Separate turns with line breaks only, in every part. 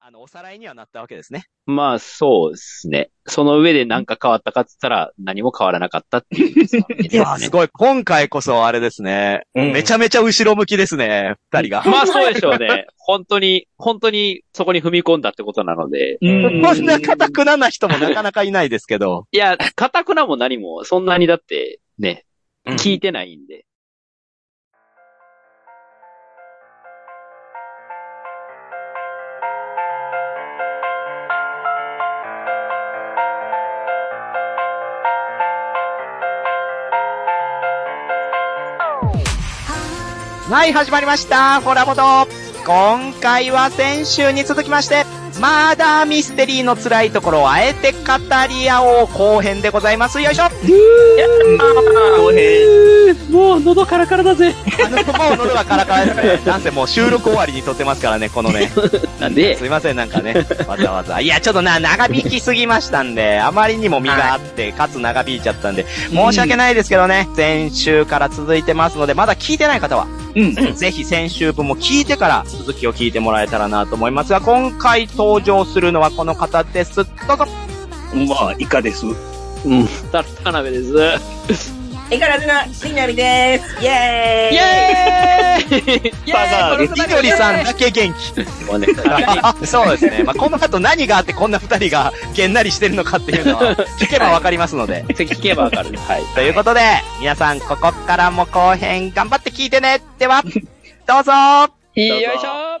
あの、おさらいにはなったわけですね。
まあ、そうですね。その上で何か変わったかって言ったら、何も変わらなかったっていう感じ
い
ですね。
や、すごい。今回こそあれですね。
うん
めちゃめちゃ後ろ向きですね、二人が。
まあ、そうでしょうね。本当に、本当にそこに踏み込んだってことなので。
う
こん
ん
な固くなな人もなかなかいないですけど。
いや、かたくなも何も、そんなにだって、ね、
うん
聞いてないんで。
はい、始まりました。ホラボド。今回は先週に続きまして、マーダーミステリーの辛いところをあえて語り合おう後編でございます。よいし ょ。
後編。
もう、喉カラカラだぜ。
あの、もう喉がカラカラですね。なんせもう収録終わりに撮ってますからね、このね。
なんで、
すいません、なんかね、わざわざ。いや、ちょっとな、長引きすぎましたんで、あまりにも身があって、かつ長引いちゃったんで、申し訳ないですけどね、先週から続いてますので、まだ聞いてない方は、
うん。
ぜひ先週分も聞いてから、続きを聞いてもらえたらなと思いますが、今回登場するのはこの方です。どうぞ。
まあ、イカです。
うん。た田辺です。
エカラズナ、シンナミです。イェーイ
イエーイイ
バカ
エーイ
で
みどりさんだけ元 気。
もうね、体 に
そうですね。まあ、この後何があってこんな二人がげんなりしてるのかっていうのは、聞けばわかりますので。
聞けばわかる。はい。
ということで、皆さんここからも後編頑張って聞いてねでは、どうぞ
よいしょ
う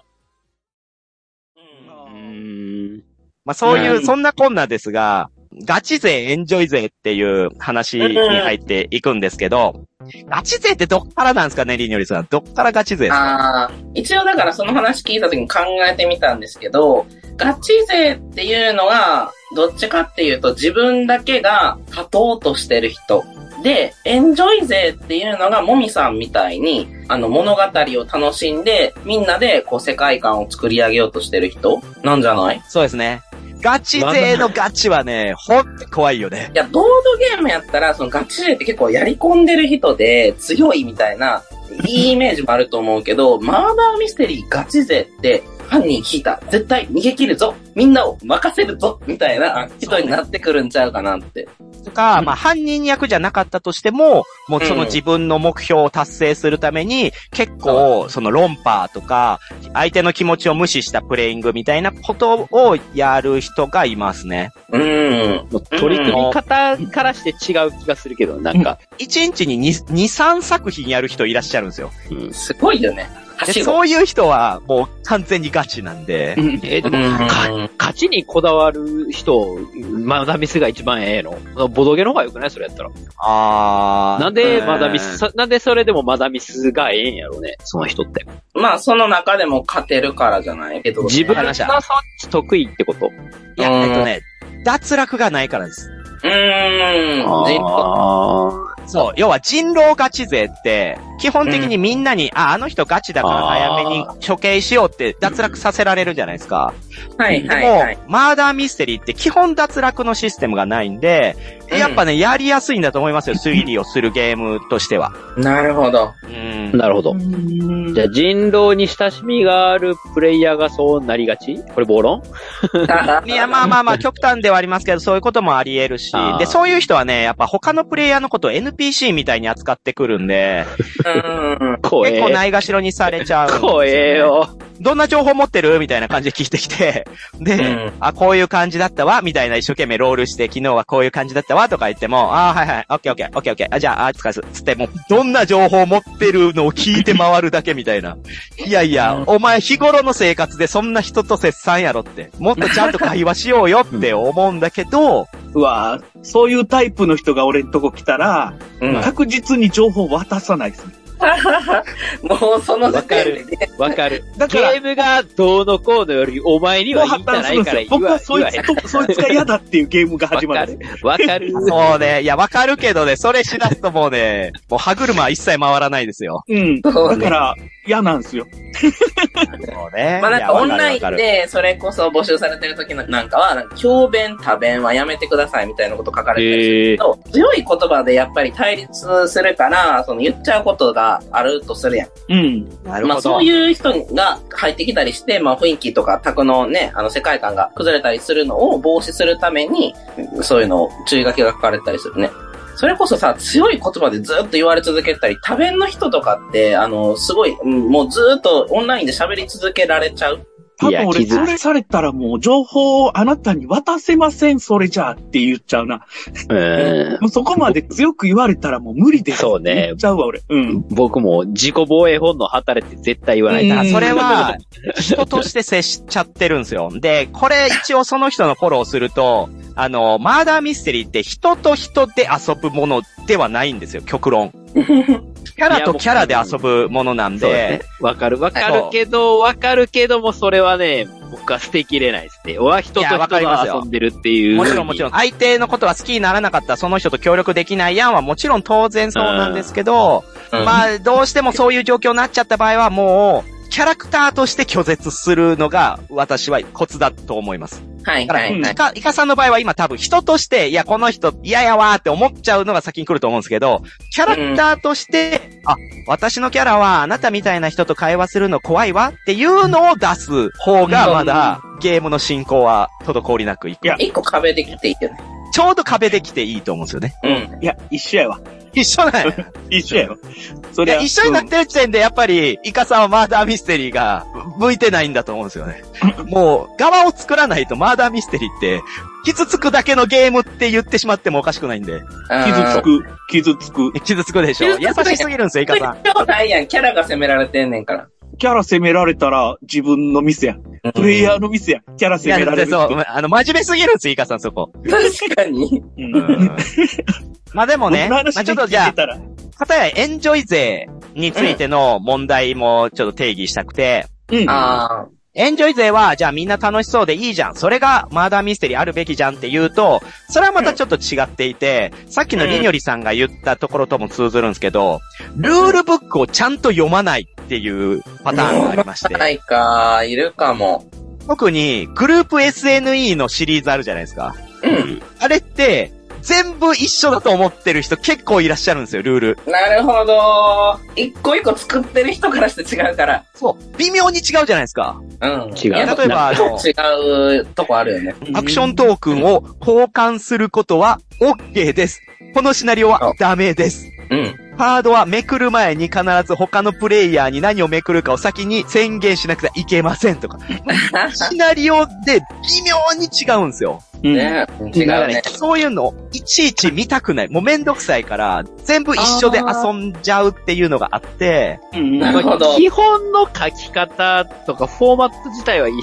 う
ーん
ーん。
まあそういうう、
ん
そんなこんなですが、ガチ勢、エンジョイ勢っていう話に入っていくんですけど、ガチ勢ってどっからなんですかね、りにょりさん。どっからガチ勢ですか
あー一応だからその話聞いた時に考えてみたんですけど、ガチ勢っていうのは、どっちかっていうと自分だけが勝とうとしてる人。で、エンジョイ勢っていうのがもみさんみたいに、あの物語を楽しんで、みんなでこう世界観を作り上げようとしてる人なんじゃない
そうですね。ガチ勢のガチはね、ほんって怖いよね。
いや、ボードゲームやったら、そのガチ勢って結構やり込んでる人で強いみたいな、いいイメージもあると思うけ ど、マーダーミステリーガチ勢って、犯人引いた。絶対逃げ切るぞ。みんなを任せるぞ。みたいな人になってくるんちゃうかなって。
とか、まあ、犯人役じゃなかったとしても、もうその自分の目標を達成するために、結構、その論破とか、相手の気持ちを無視したプレイングみたいなことをやる人がいますね。
うーん。
もう取り組み方からして違う気がするけど、なんか。
1日に2、3作品やる人いらっしゃるんですよ。
うん
すごいよね。は
で
しご。
そういう人は、もう完全にガチなんで。
えーで
う
も、か
ーん
勝ちにこだわる人、マダミスが一番ええの。ボドゲの方が良くないそれやったら。
あ
なんでマダミ
う
ス、
ん
さなんでそれでもマダミスがええんやろうね、その人って。
まあ、その中でも勝てるからじゃないけど、
自分が
話し
そ
た
っち得意ってこと。
いや、
うん
えっとね、脱落がないからです。
うーん。
あ
そう。要は人狼ガチ勢って、基本的にみんなに、あ、あの人ガチだから早めに処刑しようって脱落させられるじゃないですか。
はい
で
は
も、
いはい。
マーダーミステリーって基本脱落のシステムがないんで、
うん
やっぱね、やりやすいんだと思いますよ。推理をするゲームとしては。
なるほど。
うん
ー。なるほど。じゃあ人狼に親しみがあるプレイヤーがそうなりがちこれ暴論
いや、まあまあまあ、極端ではありますけど、そういうこともあり得るし
あー。
で、そういう人はね、やっぱ他のプレイヤーのことを NPC みたいに扱ってくるんで、
うん。
怖
結構
え。
ないがしろにされちゃうんですよね
怖え。よ。
どんな情報持ってるみたいな感じで聞いてき て、で、
うん
あ、こういう感じだったわみたいな一生懸命ロールして、昨日はこういう感じだったわとか言っても、あーはいはい、オッケーオッケー、オッケーオッケー、あ、じゃあ、あ、使いす。つって、もう、どんな情報持ってるのを聞いて回るだけみたい な。いやいや、お前日頃の生活でそんな人と接さんやろって、もっとちゃんと会話しようよって思うんだけど、
うわぁそういうタイプの人が俺んとこ来たら、
うん
確実に情報渡さないですね。
もうその時点でね。
わかる。
だか
ゲ
ら
ームがどうのこうのよりお前に
も
は
う
言い
発
た
端
な
するん
い
で
か
す
ら
よ
言。
僕
わ
は
言
そ
わ
い
へん。
つと、そいつが嫌だっていうゲームが始ま
わか
る
る
んです。。
わかる。
そうね、いや、わかるけどね、それしだすともうね、もう歯車は一切回らないですよ。
うん。
そうね
だから、嫌なんですよ。
そうね。
まあな
い
んか
や
オン
わ
ラ
る
イ
わか
ン
る
で、それこそ募集されてる時なんかは、なんか教弁、多弁はやめてくださいみたいなこと 書かれてるし
ええ
そう強い言葉でやっぱり対立するから、その言っちゃうことがあるとするやん。
うん。
なる
まあ
ほ
そ
ど
う。いう人が入ってきたりして、まあ雰囲気とか宅のね、あの世界観が崩れたりするのを防止するために、そういうのを注意書きが書かれたりするね。それこそさ、強い言葉でずっと言われ続けたり、多弁の人とかって、あの、すごい、うんもうずっとオンラインで喋り続けられちゃう。
多
いや
分俺、
傷
それされたらもう情報をあなたに渡せません、それじゃあって言っちゃうな。
う
もうそこまで強く言われたらもう無理です。
そうね
言っちゃうわ、俺。うん。
ん。僕も自己防衛本能働いて絶対言わない
だからそれは
う、
人として接しちゃってるんですよ。で、これ一応その人のフォローすると、あの、マーダーミステリーって人と人で遊ぶものではないんですよ、極論。キャラとキャラで遊ぶものなん
そうで
で、
すね。わかる。わかるけど、わかるけども、それはね、僕は捨てきれないですね。わ、人と
いやわ
人
かりますよ
が遊んでるっていう。
もちろんもちろん、相手のことが好きにならなかったらその人と協力できないやんはもちろん当然そうなんですけど、
うん
まあ、どうしてもそういう状況になっちゃった場合はもう、キャラクターとして拒絶するのが私はコツだと思います。
はい、
だか
は
ら、
い、は
イ
い。
カ、イカさんの場合は今多分人として、いや、この人嫌やわーって思っちゃうのが先に来ると思うんですけど、キャラクターとして、あ、私のキャラはあなたみたいな人と会話するの怖いわっていうのを出す方がまだ、ゲームの進行は滞りなくいく。
いや
一個壁できていいよね。
ちょうど壁できていいと思うんですよね。
うん。
いや、一緒やわ。
一緒 だよ。
一緒やわ。そ
い
れ
や
は
一緒になってる時点でやっぱり、イカさんはマーダーミステリーが向いてないんだと思うんですよね。もう、側を作らないとマーダーミステリーって、傷つくだけのゲームって言ってしまってもおかしくないんで。
傷つく、傷 つく。
傷つくでしょ優
傷つくで
しすぎるんですよ、イカさん。
そうないやん。キャラが責められてんねんから。
キャラ責められたら自分のミスや。プレイヤーのミスや。キャラ
い
責
や、
められる。
そう、あの、真面目すぎるんですよ、イカさん、そこ。
確かに。
うん。
まあでもね、
僕の
まあ
話
ちょっとじ
聞
ゃ
いてたら
あ、かたやエンジョイ税についての問題もちょっと定義したくて、
うん。
ああ。
エンジョイ税は、じゃあみんな楽しそうでいいじゃん。それがマーダーミステリーあるべきじゃんって言うと、それはまたちょっと違っていて、さっきのりにょりさんが言ったところとも通ずるんですけど、ルールブックをちゃんと読まないっていうパターンがありまして、
ないか、いるかも。
特にグループ SNE のシリーズあるじゃないですか。
うん。
あれって、全部一緒だと思ってる人結構いらっしゃるんですよ、ルール。
なるほど。一個一個作ってる人からして違うから。
そう。微妙に違うじゃないですか。
うん。
違う
やっぱ
例えば、あの、
違うとこあるよね。
アクショントークンを交換することは OK です。このシナリオはダメです。
うん。
カードはめくる前に必ず他のプレイヤーに何をめくるかを先に宣言しなくてはいけませんとか。シナリオで微妙に違うんですよ。
うん。
ね違うね。
そういうの、いちいち見たく ない。もうめんどくさいから、全部一緒で遊んじゃうっていうのがあって、
うん
なるほど
基本の書き方とかフォーマット自体は一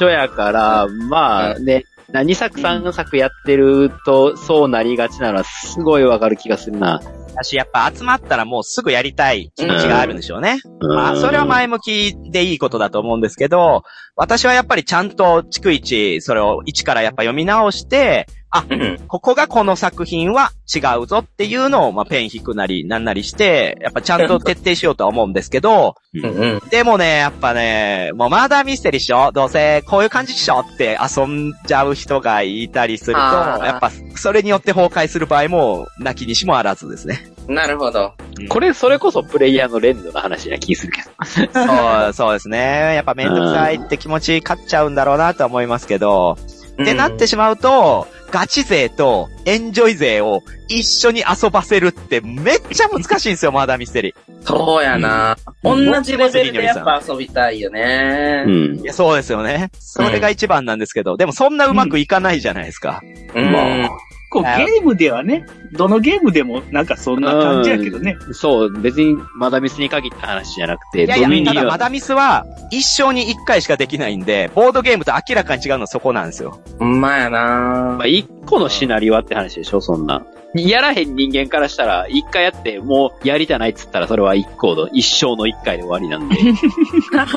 緒やから、まあね、何作3作やってるとそうなりがちなのはすごいわかる気がするな。
私やっぱ集まったらもうすぐやりたい気持ちがあるんでしょうね。まあ、それは前向きでいいことだと思うんですけど、私はやっぱりちゃんと逐一、それを一からやっぱ読み直して、あ、
うん。
ここがこの作品は違うぞっていうのを、まあ、ペン引くなり、なんなりして、やっぱちゃんと徹底しようとは思うんですけど、
うんうん。
でもね、やっぱね、もうマーダーミステリーっしょどうせこういう感じっしょって遊んじゃう人がいたりすると、
あー
やっぱそれによって崩壊する場合も、なきにしもあらずですね。
なるほど。
これ、それこそプレイヤーの連動の話な気するけど。
そう、そうですね。やっぱめんどくさいって気持ち勝っちゃうんだろうなとは思いますけど、ってなってしまうと、ガチ勢とエンジョイ勢を一緒に遊ばせるってめっちゃ難しいんですよ、マーダーミステリー。
そうやな。同
うん
じレベルでやっぱ遊びたいよね
う。ん
い。や、そうですよね。それが一番なんですけど、でもそんなうまくいかないじゃないですか。
うん。
まあ
こうゲームではね、どのゲームでもなんかそんな感じやけどね。
そう、別にまだミスに限った話じゃなくて、
いやいや
ドミ、ニオ
た
ン
だマダミスは一生に一回しかできないんで、ボードゲームと明らかに違うのはそこなんですよ。
ほんまやな
まあ、。一個のシナリオはって話でしょ、そんな。やらへん人間からしたら、一回やって、もうやりたないっつったら、それは一個の、一 生の一回で終わりなんで。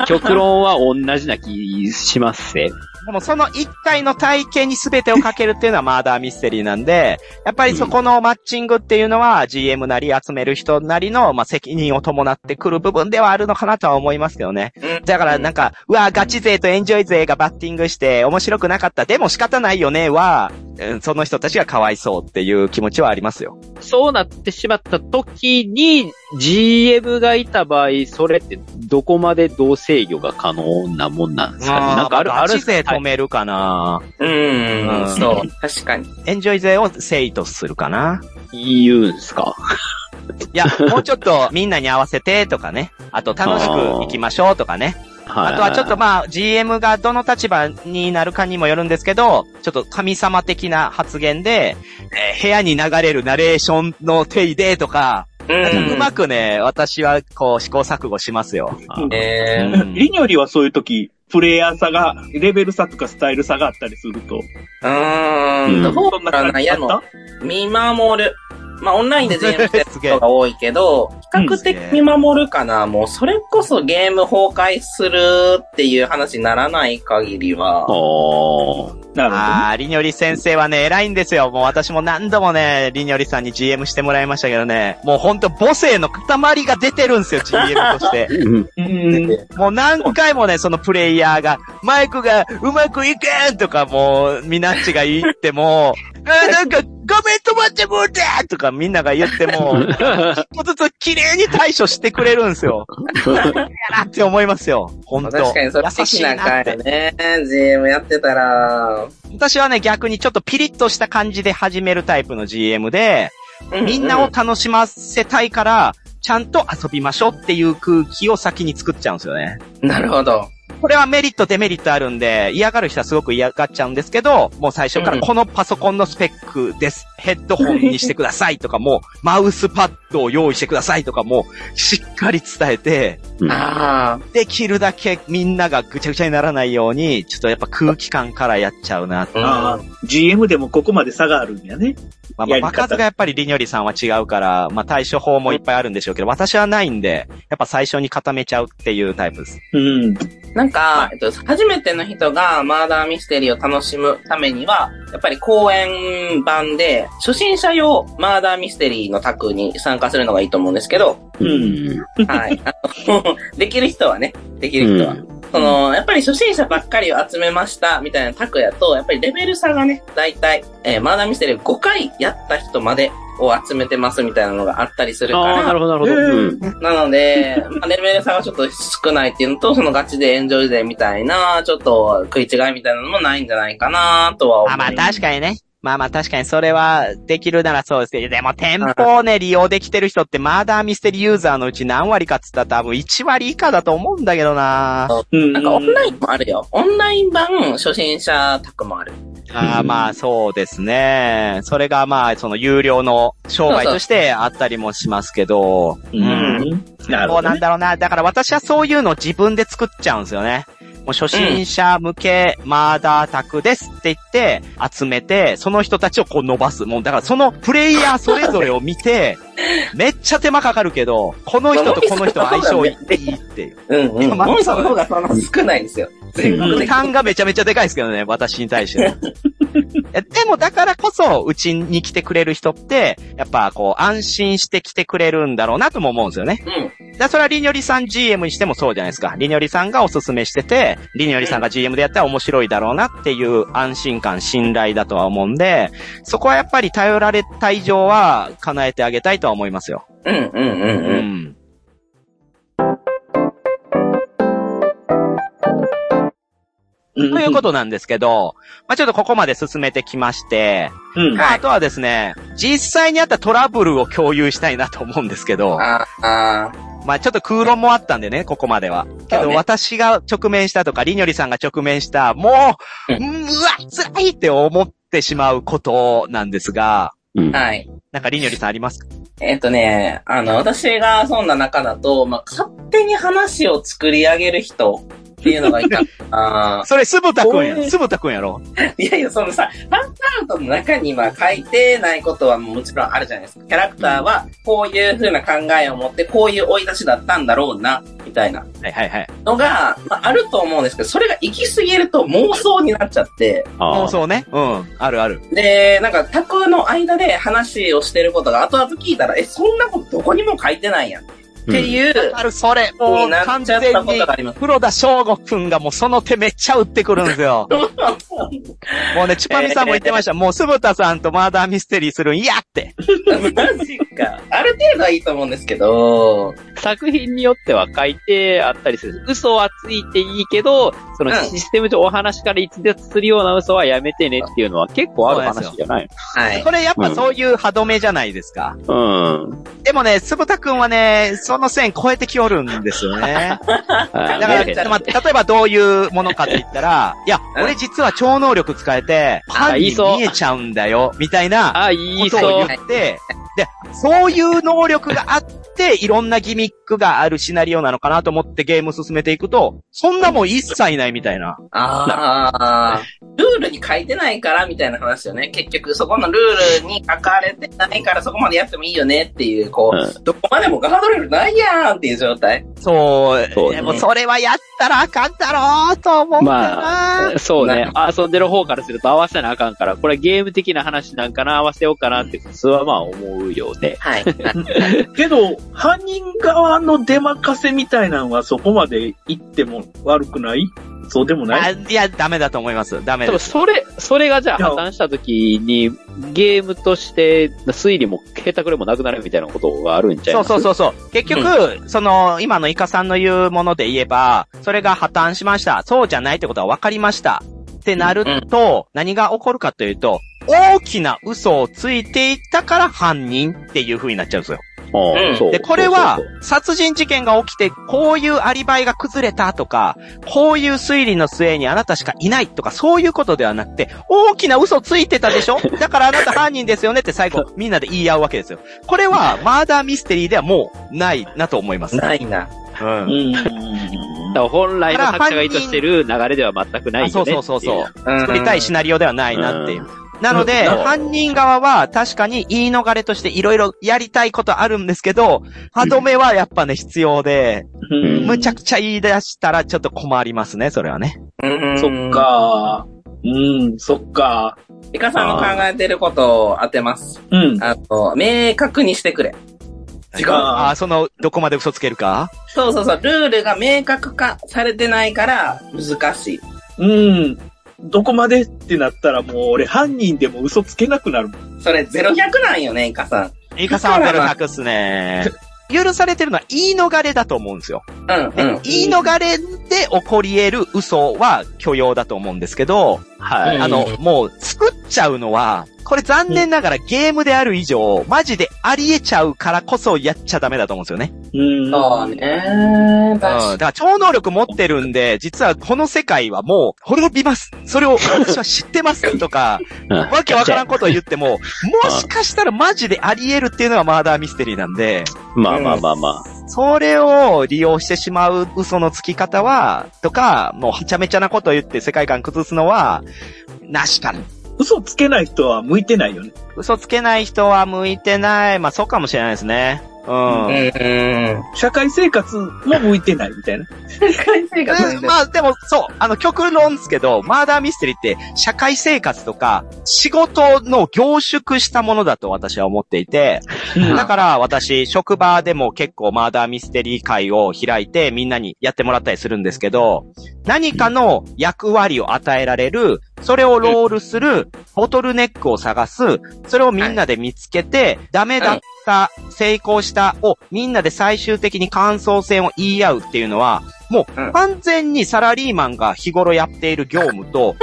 極論は同じな気しますせ。
でもその一回の体験に全てをかけるっていうのはマーダーミステリーなんで、やっぱりそこのマッチングっていうのは GM なり集める人なりの、まあ、責任を伴ってくる部分ではあるのかなとは思いますけどね。
うん
だからなんか、うわ、ガチ勢とエンジョイ勢がバッティングして面白くなかった。でも仕方ないよねは、うんその人たちがかわいそうっていう気持ちはありますよ。
そうなってしまった時に、GM がいた場合、それってどこまで同制御が可能なもんなんですかねなんかある、あ
ガ
るん
チ
ですか
勢止めるかな、
うん、
うん
そう、確かに。
エンジョイ勢を正義とするかな
はい言うんですか
いや、もうちょっとみんなに合わせてとかね。あと楽しく行きましょうとかね。
はい。
あとはちょっとまあ、GM がどの立場になるかにもよるんですけど、ちょっと神様的な発言で、えー部屋に流れるナレーションの手入れとか、
うん。
うまくね、私はこう試行錯誤しますよ。
あ
えー、
うん
リニョリはそういう時、プレイヤー差が、レベル差とかスタイル差があったりすると。
うーん、
うん
ど
そ
うん
な
か
感
な、
じだ
や
っ
の
た。
見守る。まあ、オンラインで全部してる
すげえ
人が多いけど、比較的
うん
見守るかな。もう、それこそゲーム崩壊するっていう話にならない限りは。
おー
なるほどね。
あー、りにょり先生はね、偉いんですよ。もう私も何度もね、りにょりさんに GM してもらいましたけどね、もうほんと母性の塊が出てるんですよ、GM として。
うん
うん。
もう何回もね、そのプレイヤーが、マイクがうまくいけんとかもう、みなっちが言って も、あーなんか画面止まってもうてとかみんなが言って も、ちょっとずつ綺麗に対処してくれるんです よ。やなって思いますよ。本当
確かに、それ
優し
的
い
な
なっ
回
て。
ね。GM やってたら、
私はね、逆にちょっとピリッとした感じで始めるタイプの GM で、
う
みんなを、楽しませたいから、ちゃんと遊びましょうっていう空気を先に作っちゃうんですよね。
なるほど。
これはメリット、デメリットあるんで、嫌がる人はすごく嫌がっちゃうんですけど、もう最初か
う
ら
ん
このパソコンのスペックです。ヘッドホンにしてくださいとか、もうマウスパッドを用意してくださいとか、もうしっかり伝えて、
ああ、
できるだけみんながぐちゃぐちゃにならないように、ちょっとやっぱ空気感からやっちゃうな。
うん
ああ、GM でもここまで差があるんやね。
まあ、
や
まあ
り
爆
方
発がやっぱりりにょりさんは違うから、まあ対処法もいっぱいあるんでしょうけど、私はないんで、やっぱ最初に固めちゃうっていうタイプです。
うん。
なんか、えっと、初めての人がマーダーミステリーを楽しむためには、やっぱり公演版で、初心者用マーダーミステリーの卓に参加するのがいいと思うんですけど、
うん。
はい。 あのできる人はね、できる人は。
う
その、やっぱり初心者ばっかりを集めました、みたいな卓やと、やっぱりレベル差がね、だいたい、えーマーダーミステリー5回やった人までを集めてますみたいなのがあったりする
ん。
か
ああ、な、
ら
るほど、なるほど。うん
なので、まあレベル差がちょっと少ないっていうのと、そのガチでエンジョイ勢みたいな、ちょっと食い違いみたいなのもないんじゃないかなとは思
あ、
う。
まあ確かにね。まあまあ確かにそれはできるならそうですけど、でも店舗をね、利用できてる人ってマーダーミステリーユーザーのうち何割かっつったら多分1割以下だと思うんだけどな
うん。
なんかオンラインもあるよ。オンライン版初心者宅もある。
あーまあそうですね。それがまあその有料の商売としてあったりもしますけど、
うん
そう
なるほど
なん
ね。
だろうな。だから私はそういうのを自分で作っちゃうんですよね。もう初心者向けマーダー宅ですって言って集めて、その人たちをこう伸ばす。もうだからそのプレイヤーそれぞれを見て、 めっちゃ手間かかるけど、この人とこの人は相性いいっていう。
うんうん。
まあ
もみさんの方がそんな少ないんですよ。全国
負
的
担がめちゃめちゃでかいですけどね、私に対して ね。いやでもだからこそ、うちに来てくれる人って、やっぱこう安心して来てくれるんだろうなとも思うんですよね。
うん。
だからそれはりにょりさん GM にしてもそうじゃないですか。りにょりさんがおすすめしてて、りにょりさんが GM でやったら面白いだろうなっていう安心感、信頼だとは思うんで、そこはやっぱり頼られた以上は叶えてあげたいとは思いますよ。
うんうんうん
う
うん。
ん。
と
ということなんですけど、まあ、ちょっとここまで進めてきまして、
と。うん。
まあ、あとはですね、実際にあったトラブルを共有したいなと思うんですけど、
ああ
まあちょっと空論もあったんでね、ここまでは。け
そう
ど
ね
私が直面したとか、りにょりさんが直面した、もう、
う
うんうわ、辛いって思ってしまうことなんですが、
うん
ー、はい。
なんかりにょりさんありますか
えっとね、あの、私がそんな中だと、まあ、勝手に話を作り上げる人っていうのがいた。ああ。
それ、すぶたくん
お
や。
い
すぶたくんやろ。
いやいや、そのさ、ファンアートの中には書いてないことはもうもちろんあるじゃないですか。キャラクターはこういう風な考えを持って、こういう追い出しだったんだろうな、みたいな
はいはいはい。
のが、まあ、あると思うんですけど、それが行き過ぎると妄想になっちゃって、
もう
あ
そうね。うん。あるある。
で、なんか、宅の間で話をしてることが後々聞いたら、え、そんなことどこにも書いてないやん。っていう、
ある、それ。も
に
う
な
完
っちゃ
全
ったこと
に
があります。
黒田翔吾くんがもうその手めっちゃ打ってくるんです よ。もうね、チュパミさんも言ってました。もう、すぶたさんとマーダーミステリーするんやって。
マジか。ある程度はいいと思うんですけど、
作品によっては書いてあったりする。嘘はついていいけど、その
うん
システム上お話から逸脱するような嘘はやめてねっていうのは結構ある話じゃない
はい。
これやっぱそういう歯止めじゃないですか。
うん。
でもね、すぶたくんはね、その線超えてきおるんですよね。
だか
だから、ちょっと待って例えばどういうものかって言ったら、いや、
うん
俺実は超能力使えて、パンに見えちゃうんだよ、みたいな
あ、い
こ
い
と
そ
を
う。
言って、で、そういう能力があって、いろんなギミックがあるシナリオなのかなと思ってゲーム進めていくと、そんなもん一切ないみたいな。
ああ、ルールに書いてないからみたいな話よね。結局、そこのルールに書かれてないからそこまでやってもいいよねっていう、こう、どこまでもガードレールないやんっていう状態。
そう、
そうね
でもそれはやったらあかんだろうと思うんだな、
まあ、そうね。遊んでる方からすると合わせなあかんから、これゲーム的な話なんかな、合わせようかなって普通はまあ思うよね。
はい。
けど、犯人側の出任せみたいなのはそこまで行っても悪くないそうでも
あ
ない
いや、ダメだと思います。ダメ
多
で
分
す。
それ、それがじゃあ
いや
破綻した時に、ゲームとして推理も下手くれもなくなるみたいなことがあるんじゃ
そう
ない
そうそうそう。結局、その、今のイカさんの言うもので言えば、それが破綻しました。そうじゃないってことは分かりました。ってなると、何が起こるかというと、大きな嘘をついていたから犯人っていう風になっちゃうんですよ。
うんそう
で、これは
そうそう、
殺人事件が起きて、こういうアリバイが崩れたとか、こういう推理の末にあなたしかいないとか、そういうことではなくて、大きな嘘ついてたでしょだからあなた犯人ですよねって最後、みんなで言い合うわけですよ。これは、マーダーミステリーではもう、ないなと思います。
ないな。
うん
うん。
だから本来の作者が意図してる流れでは全くない
あそ
よ
う
ね。
そうそうそう。
うん
作りたいシナリオではないなっていうう。なので、
うん
犯人側は確かに言い逃れとしていろいろやりたいことあるんですけど、歯止めはやっぱね、必要で、
うん
むちゃくちゃ言い出したらちょっと困りますね、それはね。
うん
そっ。か。うん、そっか。
イカさんの考えてることを当てます。
うん。
あと、明確にしてくれ。違う
ああ、その、どこまで嘘つけるか
そうそうそう、ルールが明確化されてないから難しい。
うん。どこまでってなったらもう俺犯人でも嘘つけなくなるもん。
それ0100なんよね、イカさん。
イカさんはベル100っすね。許されてるのは言い逃れだと思うんですよ。
うん、うん。
言い逃れで起こり得る嘘は許容だと思うんですけど、
はい。
あの、もう作っちゃうのは、これ残念ながらゲームである以上、マジであり得ちゃうからこそやっちゃダメだと思うんですよね。
うん。
そうね。確
うん。
か
だから超能力持ってるんで、実はこの世界はもう滅びます。それを私は知ってますとか、
う ん
わけわからんことを言っても、もしかしたらマジであり得るっていうのがマーダーミステリーなんで、
まあまあまあまあ。
それを利用してしまう嘘のつき方は、とか、もうはちゃめちゃなことを言って世界観崩すのは、なしかな。
嘘つけない人は向いてないよね。
嘘つけない人は向いてない。まあ、そうかもしれないですね。うん。
に。うん、うん。
社会生活も向いてないみたいな。
社会生活
で
に
まあ、でも、そう、あの、極論ですけど、マーダーミステリーって、社会生活とか、仕事の凝縮したものだと私は思っていて、
うん
だから私、職場でも結構マーダーミステリー会を開いて、みんなにやってもらったりするんですけど、何かの役割を与えられる、それをロールする、ボトルネックを探す、それをみんなで見つけて、ダメだった、成功したをみんなで最終的に感想戦を言い合うっていうのは、も
うん
う完全にサラリーマンが日頃やっている業務と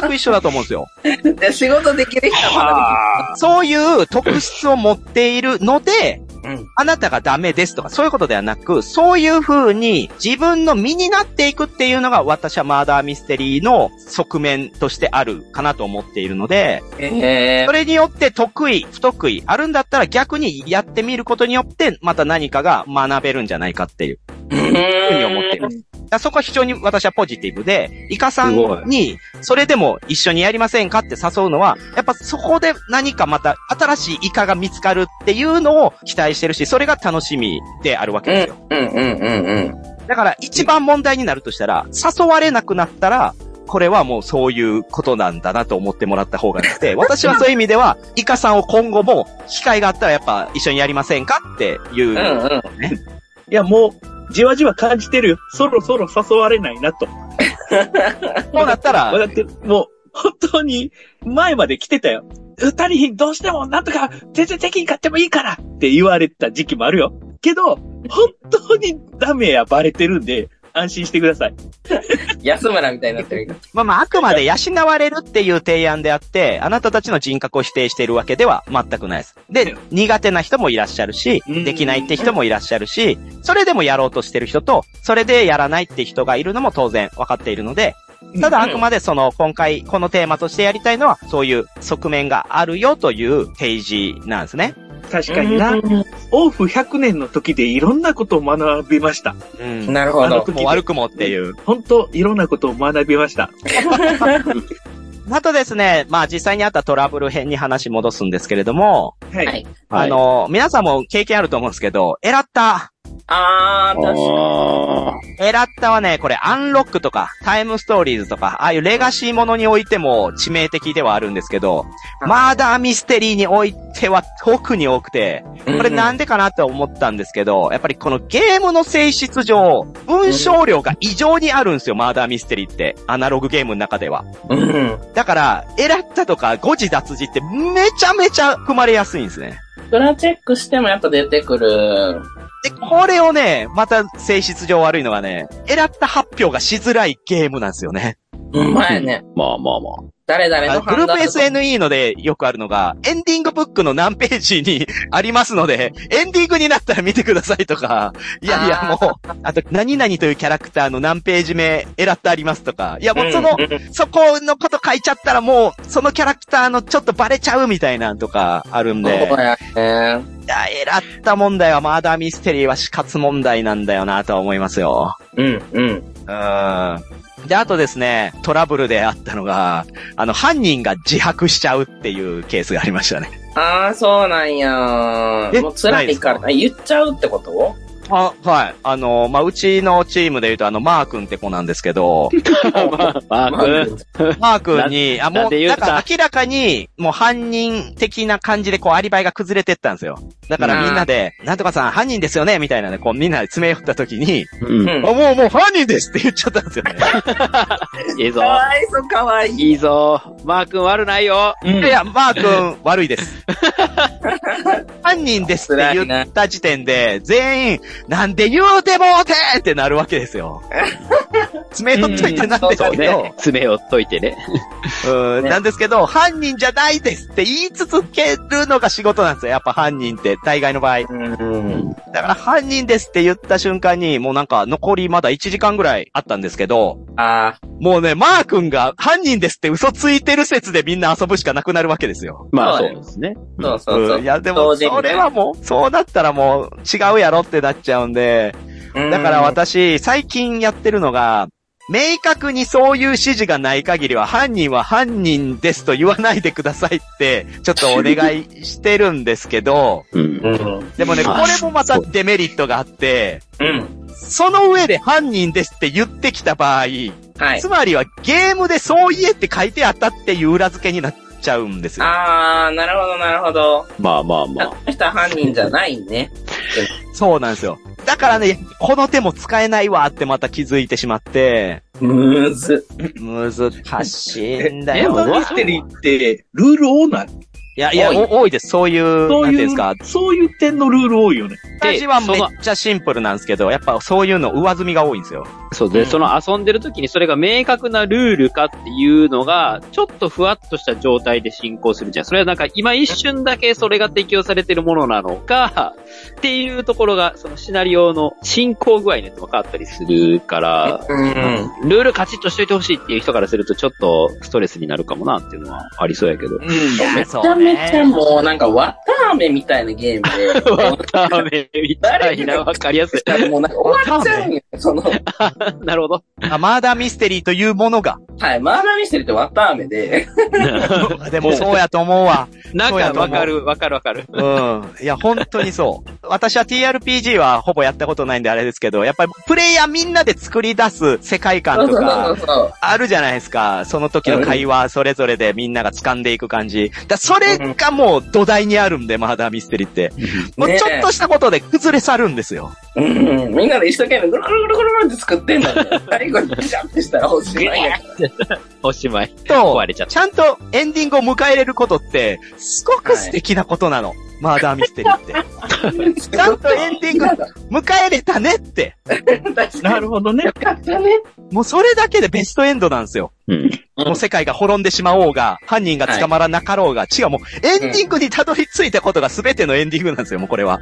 全く一緒だと思うんですよ。
で仕事できる人は
そういう特質を持っているので、
まだできる。
あなたがダメですとか、そういうことではなく、そういう風に自分の身になっていくっていうのが私はマーダーミステリーの側面としてあるかなと思っているので、
うん。え
それによって得意、不得意、あるんだったら逆にやってみることによって、また何かが学べるんじゃないかっていう
ー。
ふうに思っています。だからそこは非常に私はポジティブで、イカさんに、それでも一緒にやりませんかって誘うのは、やっぱそこで何かまた新しいイカが見つかるっていうのを期待してるし、それが楽しみであるわけですよ。
うん、うん、うん、うん。
だから一番問題になるとしたら、誘われなくなったら、これはもうそういうことなんだなと思ってもらった方がいい って、私はそういう意味では、イカさんを今後も、機会があったらやっぱ一緒にやりませんかっていうう、
んうん。
いや、もう、じわじわ感じてるよ。そろそろ誘われないな と。
こうなったら、
だって、もう、本当に、前まで来てたよ。二人どうしてもなんとか、全然できんかってもいいからって言われてた時期もあるよ。けど、本当にダメやバレてるんで、安心してください。
安村みたいになってるけど。
まあまあ、あくまで養われるっていう提案であって、あなたたちの人格を否定しているわけでは全くないです。で、苦手な人もいらっしゃるし、
うん
できないって人もいらっしゃるし、それでもやろうとしてる人と、それでやらないって人がいるのも当然分かっているので、ただあくまでその、今回、このテーマとしてやりたいのは、そういう側面があるよという提示なんですね。
確かにな。オフ100年の時でいろんなことを学びました。
うん。
なるほ
あの
ど。
時
もう悪くもっていう。
本当、いろんなことを学びました。
あとですね、まあ実際にあったトラブル編に話戻すんですけれども、
はい。
はい
あの、皆さんも経験あると思うんですけど、エラッタ。
あー、確か
あ
エラッタはね、これ、アンロックとか、タイムストーリーズとか、ああいうレガシーものにおいても致命的ではあるんですけど、
あ
マーダーミステリーにおいては特に多くて、
に。
これなんでかなって思ったんですけど、やっぱりこのゲームの性質上、文章量が異常にあるんですよ、マーダーミステリーって。アナログゲームの中では。
うんうん。
だから、エラッタとか誤字脱字ってめちゃめちゃ組まれやすいんですね。
プラチェックしてもやっぱ出てくる。
で、これをね、また性質上悪いのがね、エラッタ発表がしづらいゲームなんですよね。
うん、まやね。
ー。まあまあまあ。
誰々
あ
の
グループ
と
SNE のでよくあるのが、エンディングブックの何ページにありますので、エンディングになったら見てくださいとか、いやいや
あー
もう、あと、何々というキャラクターの何ページ目、エラッタありますとか、いやもうその、
うん
そこのこと書いちゃったらもう、そのキャラクターのちょっとバレちゃうみたいなんとかあるんで、
そうやね。
いや、エラッタ問題はマーダーミステリーは死活問題なんだよなとは思いますよ。
うん、うん。
うん。で、あとですね、トラブルであったのが、あの、犯人が自白しちゃうっていうケースがありましたね。
あー、そうなんや。
え
もう辛いから。え言っちゃうってこと
あ、はい。あの、まあ、うちのチームで言うと、あの、マー君って子なんですけ ど、
まあ、
まあ
うん。
マー君に、あ、も
なん
う、
で言
な
うんた
か明らかに、もう犯人的な感じで、こう、アリバイが崩れてったんですよ。だからみんなで、なんとかさん犯人ですよねみたいなね、こう、みんなで詰め寄った時に、
う。
うん
あ、
ん。
もう、もう犯人ですって言っちゃったんですよね。
いいぞ
か。わいそう、かわいい。
いいぞ。マー君悪ないよ。
うん
いや、マー君、悪いです。犯人ですって言った時点で、全員、なんで言うてもうてってなるわけですよ。詰め取っといてなんでだ
そう
け
ね
ど、、
爪を解いてね。
うんなんですけど、犯人じゃないですって言い続けるのが仕事なんですよ。やっぱ犯人って、大概の場合。
うん。
だから犯人ですって言った瞬間に、もうなんか残りまだ1時間ぐらいあったんですけど、
あ
もうね、マー君が犯人ですって嘘ついてる説でみんな遊ぶしかなくなるわけですよ。
まあそ
そ
うう
だよ
ですね。
ー、そうそうそう
うんい。や、でも、
同時にね
それはもう、そうなったらもう、違うやろってなっちゃうんで、だから私、最近やってるのが、明確にそういう指示がない限りは、犯人は犯人ですと言わないでくださいって、ちょっとお願いしてるんですけ ど、
うん。
うん。うん。
でもね、こ
まあ
れもまたデメリットがあって、
うん。
その上で犯人ですって言ってきた場合、
はい
つ。まりはゲームでそう言えって書いてあったっていう裏付けになっちゃうんですよ。
あー、なるほど、なるほど。
まあまあま
あ
あ。
の人は犯人じゃないね。
そうなんですよ。だからね、この手も使えないわってまた気づいてしまって、
むーず。
難しいんだ
エ
よ
ンバーミステリーって、ルール多ない
いや、いや、
多い
お多いです。そういう、
そう
なんてい
い
う
う
です
ん
か。
そういう点のルール多いよね。
私はめっちゃシンプルなんですけど、やっぱそういうの上積みが多いんですよ。
そう
う
で、
ん
その遊んでる時にそれが明確なルールかっていうのが、ちょっとふわっとした状態で進行するじゃん。それはなんか今一瞬だけそれが適用されてるものなのか、っていうところが、そのシナリオの進行具合によっても変わったりするから、
うん。
ルールカチッとしといてほしいっていう人からするとちょっとストレスになるかもなっていうのはありそうやけど。
う
め
めちゃめちゃもうなんか、わたあめみたいなゲームで。
わたあ めみたいな、わかりやすい。
もうなんか終わっちゃうんよ。その、は
なるほど。
マーダーミステリーというものが。
い、マーラーミステリーってわたあめで、
でもそうやと思うわ。
なんかわかる、わかるわかる。
うん。いや、本当にそう。私は TRPG はほぼやったことないんであれですけど、やっぱりプレイヤーみんなで作り出す世界
そ
観
う
と
そう
か
そ、うそう。
あるじゃないですか。その時の会話、それぞれでみんなが掴んでいく感じ。だそれがもう土台にあるんで、マーダーミステリーって。もう
ねえ
ちょっとしたことで崩れ去るんですよ。
うん、みんなで一生懸命ぐるぐるぐるぐるって作ってんだけど、最後にピシャってしたら欲しいないや
おしまい。
と
壊、れちゃった。
ちゃんとエンディングを迎えれることって、すごく素敵なことなの。マーダーミステリーって。ちゃんとエンディング迎えれたねって。
確
な
かに。
るほどね
よ。かったね。
もうそれだけでベストエンドなんですよ。
うん。
うん
もう世界が滅んでしまおうが、犯人が捕まらなかろうが、違う、もうエンディングにたどり着いたことが全てのエンディングなんですよ、もうこれは。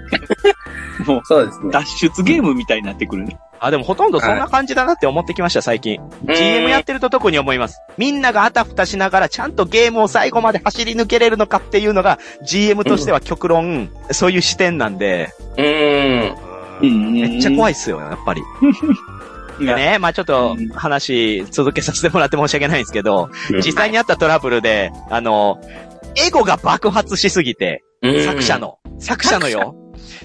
もう、
そうですね。
脱出ゲームみたいになってくるね。
あ、でもほとんどそんな感じだなって思ってきました、最近。
うん
GM やってると特に思います。みんながあたふたしながらちゃんとゲームを最後まで走り抜けれるのかっていうのが、GM としては極論、そういう視点なんで、
うん。
うん
めっちゃ怖
い。
いっすよ、やっぱり。
い
で
や
ね、まあちょっと
うん
話続けさせてもらって申し訳ないんですけど、
うん
実際にあったトラブルで、あの、エゴが爆発しすぎて、
うん
作者。の、作者のよ、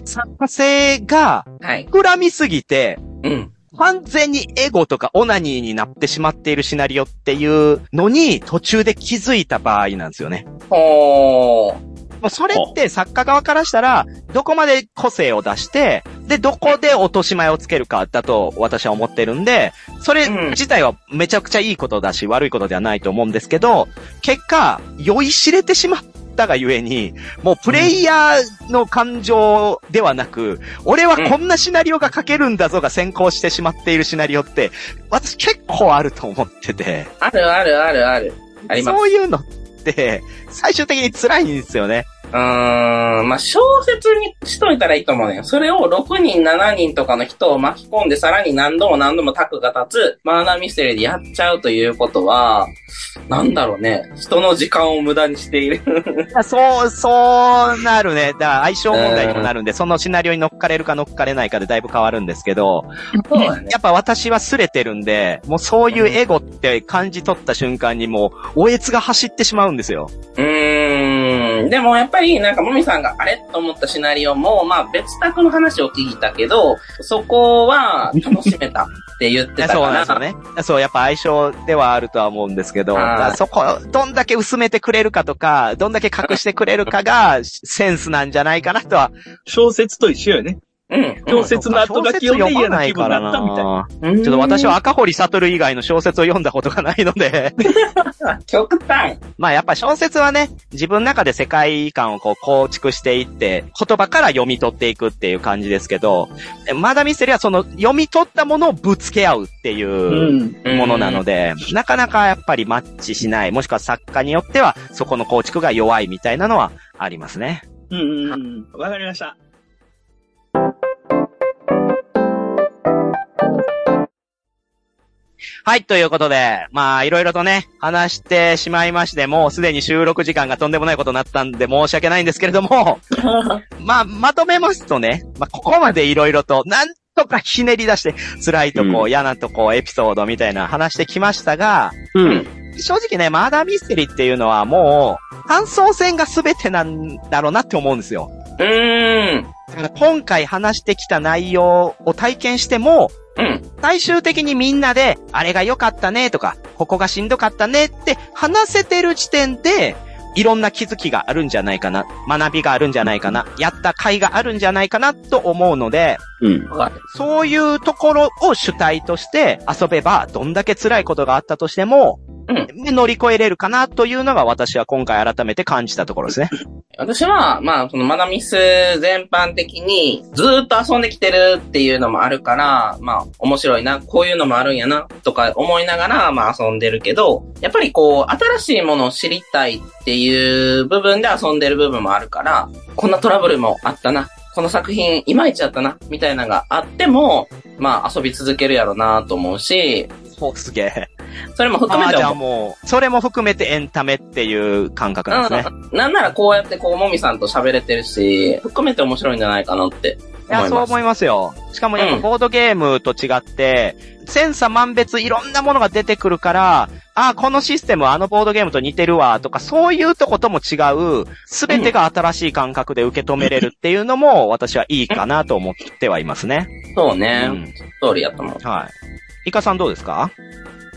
作家性が
はい。
膨らみすぎて、
うん。
完全にエゴとかオナニーになってしまっているシナリオっていうのに途中で気づいた場合なんですよね。
ほー。
もうそれって作家側からしたら、どこまで個性を出して、で、どこで落とし前をつけるかだと私は思ってるんで、それ
うん
自体はめちゃくちゃいいことだし、悪いことではないと思うんですけど、結果、酔いしれてしまったがゆえに、もうプレイヤーの感情ではなく、俺はこんなシナリオが書けるんだぞが先行してしまっているシナリオって、私結構あると思ってて、
あるあるあるある。あります。
そういうのって、最終的に辛いんですよね。
うーん。まあ、小説にしといたらいいと思うのよ。それを6人、7人とかの人を巻き込んで、さらに何度も何度もタクが立つ、マーナーミステリーでやっちゃうということは、なんだろうね。人の時間を無駄にしている。
あそう、そうなるね。だから相性問題にもなるんで、そのシナリオに乗っかれるか乗っかれないかでだいぶ変わるんですけど、
そうだね。
やっぱ私は擦れてるんで、もうそういうエゴって感じ取った瞬間にもう、おえつが走ってしまうんですよ。
うーん。でもやっぱり、なんか、もみさんがあれと思ったシナリオも、まあ、別宅の話を聞いたけど、そこは楽しめたって言ってたから。
そうなんですよね。そう、やっぱ相性ではあるとは思うんですけど、
はい
だからそこ、どんだけ薄めてくれるかとか、どんだけ隠してくれるか が、センスなんじゃないかなとは。
小説と一緒よね。
うん。
小説の後書き読んで嫌な気分になったみたいな。
うん
ちょっと私は、赤堀悟以外の小説を読んだことがないので、
極端。
まあやっぱ小説はね、自分の中で世界観をこう構築していって、言葉から読み取っていくっていう感じですけど、えまだミステリーはその読み取ったものをぶつけ合うっていう
うん。
ものなので、なかなかやっぱりマッチしない、もしくは作家によってはそこの構築が弱いみたいなのはありますね。
うんうん。わかりました。
はい、ということで、まあいろいろとね、話してしまいまして、もうすでに収録時間がとんでもないことになったんで申し訳ないんですけれども、まあ、まとめますとね、まあ、ここまでいろいろと、なんとかひねり出して、辛いとこ、
う
嫌なとこ、エピソードみたいな話してきましたが、
うん。
正直ね、マーダーミステリーっていうのはもう、感想戦が全てなんだろうなって思うんですよ。
うーん。
だから今回話してきた内容を体験しても、
うん。
最終的にみんなで、あれが良かったねとか、ここがしんどかったねって話せてる時点で、いろんな気づきがあるんじゃないかな、学びがあるんじゃないかな、やった甲斐があるんじゃないかなと思うので、
うん。
わかる。
そういうところを主体として遊べば、どんだけ辛いことがあったとしても、
うん
乗り越えれるかなというのが私は今回改めて感じたところですね。
私は、まあ、そのマダミス全般的にずーっと遊んできてるっていうのもあるから、まあ、面白いな、こういうのもあるんやな、とか思いながら、まあ、遊んでるけど、やっぱりこう、新しいものを知りたいっていう部分で遊んでる部分もあるから、こんなトラブルもあったな、この作品いまいちだったな、みたいなのがあっても、まあ、遊び続けるやろうなと思うし、
そうすげえ。
それも 含
あ
め
あ、
て
じゃ
思
あ
う
もう、それも含めてエンタメっていう感覚なんですね。
うん。なんならこうやってこう、もみさんと喋れてるし、含めて面白いんじゃないかなって
いや、そう思
い
いますよ。しかもやっ
うん
ぱボードゲームと違って、千差万別いろんなものが出てくるから、あこのシステムはあのボードゲームと似てるわ、とか、そういうとことも違う、すべてが新しい感覚で受け止めれるっていうのも、私はいいかなと思ってはいますね。
そう
う
ね。
ん。
通りやと思う。
はい。イカさんどうですか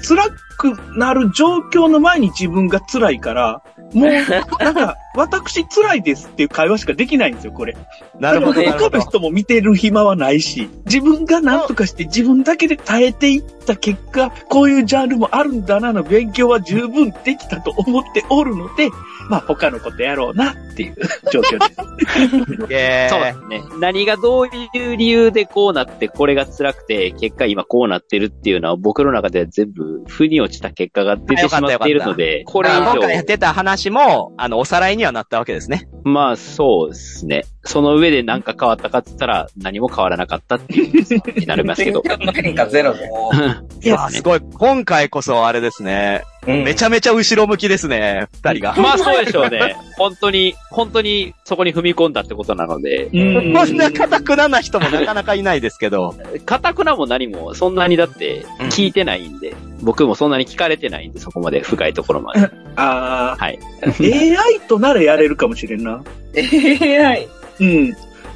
辛くなる状況の前に自分が辛いから、も う、なんか、私辛いですっていう会話しかできないんですよ、これ。
なるほど、
で
な
も
るほ
他の
ど。
人も見てる暇はないし、自分が何とかして自分だけで耐えていった結果、こういうジャンルもあるんだなの勉強は十分できたと思っておるので、まあ他のことやろうなっていう状況です。
え
そうですね。何がどういう理由でこうなって、これが辛くて、結果今こうなってるっていうのは、僕の中では全部、腑に落ちた結果が出てしまっているので、これ以
あ今回やっ
上、
てた話も、あの、おさらいにはなったわけですね。
まあそうですね。その上で何か変わったかって言ったら、何も変わらなかったっていう結論になりますけど。
勉強の変化ゼロで。
いや、すごい。今回こそあれですね。
うん
めちゃめちゃ後ろ向きですね、二人が。
まあそうでしょうね。本当に、本当にそこに踏み込んだってことなので、
こんな固くなな人もなかなかいないですけど。
かたくなも何もそんなにだって聞いてないんで、僕もそんなに聞かれてないんで、そこまで深いところまで。
ああ、
はい。
AI とならやれるかもしれんな。
AI。
うん。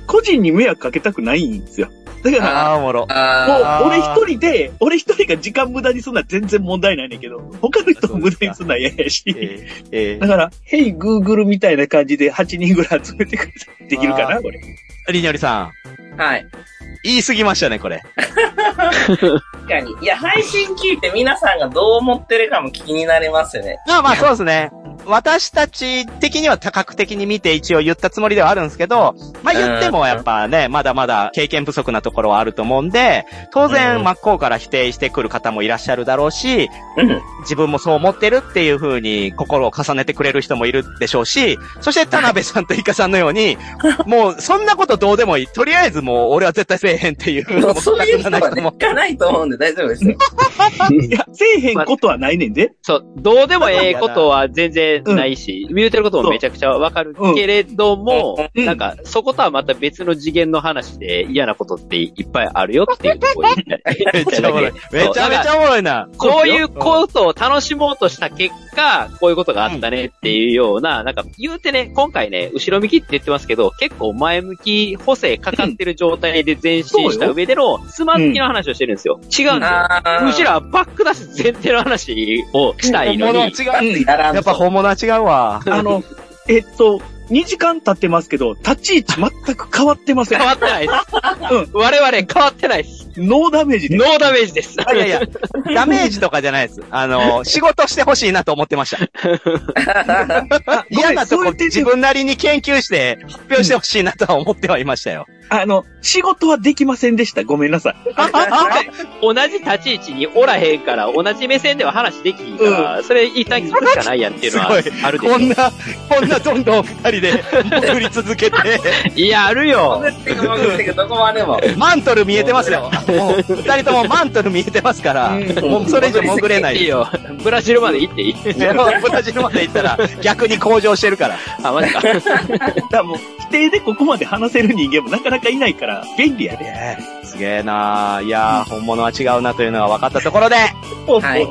個人に迷惑かけたくないんですよ。だから、
ああ、おもろ。
もう
あ
あー
俺一人で、俺一人が時間無駄にすんのは全然問題ないねんけど、他の人も無駄にすんのは嫌やし。
えーえ
だから、ヘイグーグルみたいな感じで8人ぐらい集めてくれたらできるかな、これ。
ー、りにょりさん。
ーはい。
言い過ぎましたね、これ。
確かに。いや、配信聞いて皆さんがどう思ってるかも気になりますよね。
まあまあ、そうですね。私たち的には多角的に見て一応言ったつもりではあるんですけど、まあ言ってもやっぱね、まだまだ経験不足なところはあると思うんで、当
うん
然真っ向から否定してくる方もいらっしゃるだろうし、
うん。
自分もそう思ってるっていう風に心を重ねてくれる人もいるでしょうし、そして田辺さんとイカさんのように、もうそんなことどうでもいい。とりあえずもう俺は絶対せえへんっていう。
もうそういう人
もう全
は
く
ね、
も
聞かないと思うんで大丈夫ですよ。
いや、せえへんことはないねんで。
そう、どうでもええことは全然ないし、言うてることもめちゃくちゃわかるけれども、
うん
なんか、そことはまた別の次元また別の次元の話で嫌なことっていっぱいあるよっていうところに
めっちゃおもろい。めちゃめちゃおもろいな。
こういうことを楽しもうとした結果、こういうことがあったねっていうような、なんか言うてね、今回ね、後ろ向きって言ってますけど、結構前向き、補正かかってる状態で前進した上での、つまずきの話をしてるんですよ。違うんですよ。
あ
うちらはバック出し前提の話をしたいの
本物は
に、
違う。
ーやらんと
やっぱ本物は違うわ。
あの、えっと、2時間経ってますけど、立ち位置全く変わってません
変。わってないです。我々変わってないです。
ノーダメージで。
ノーダメージです。
いやいや、ダメージとかじゃないです。あの、仕事してほしいなと思ってました。
あごめん
嫌なと
そうい
こ
う点で
自分なりに研究して発表してほしいなとは思ってはいましたよ。
あの、仕事はできませんでした。ごめんなさい。
同じ立ち位置におらへんから、同じ目線では話できひんから、それ一旦聞くしかないやんっていうのは
すご
あるでし
こ
ょ
んな、こんなどんどん二人で潜り続けて、
いや、あるよ。
潜ってく潜ってくどこまでも。
マントル見えてますよ。もう二人ともマントル見えてますから、もうそれ以上潜れない
いい
です。
よ。ブラジルまで行ってい い
ブラジルまで行った ら逆に向上してるから。
あ、マジか。
だからもう、否定でここまで話せる人間もなかなかいないから、便利やね。
ねえすげえなあいやー本物は違うなというのが分かったところで、
はい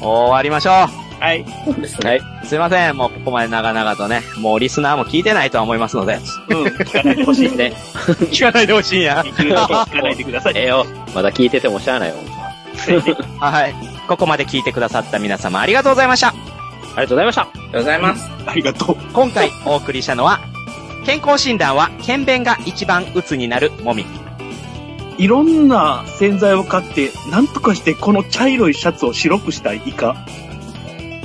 終わりましょ
はい。
そうです
はい。
ね
う。すいません、もうここまで長々とね、もうリスナーも聞いてないとは思いますので、
うん。聞かないでほしい。
ね。
聞かないでほしいんや。
できるだけ聞かないでください。
ええよ。まだ聞いててもしゃあないよ。
はい。ここまで聞いてくださった皆様ありがとうございました。
ありがとうございました。
ありがとうございます。
ありがとう。
今回お送りしたのは、健康診断は、検便が一番鬱になるもみ。
いろんな洗剤を買って、なんとかしてこの茶色いシャツを白くしたいイカ。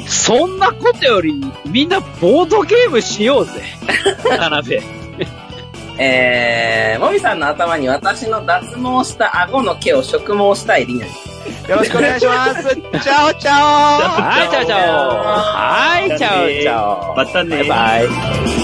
そんなことより、みんなボードゲームしようぜ。田辺。
えー、もみさんの頭に私の脱毛した顎の毛を植毛したいりのり。
よろしくお願いします。 チャオチャオ
はい、チャオチャオ。はい、チャオチャオ。
またね。
バイバイ。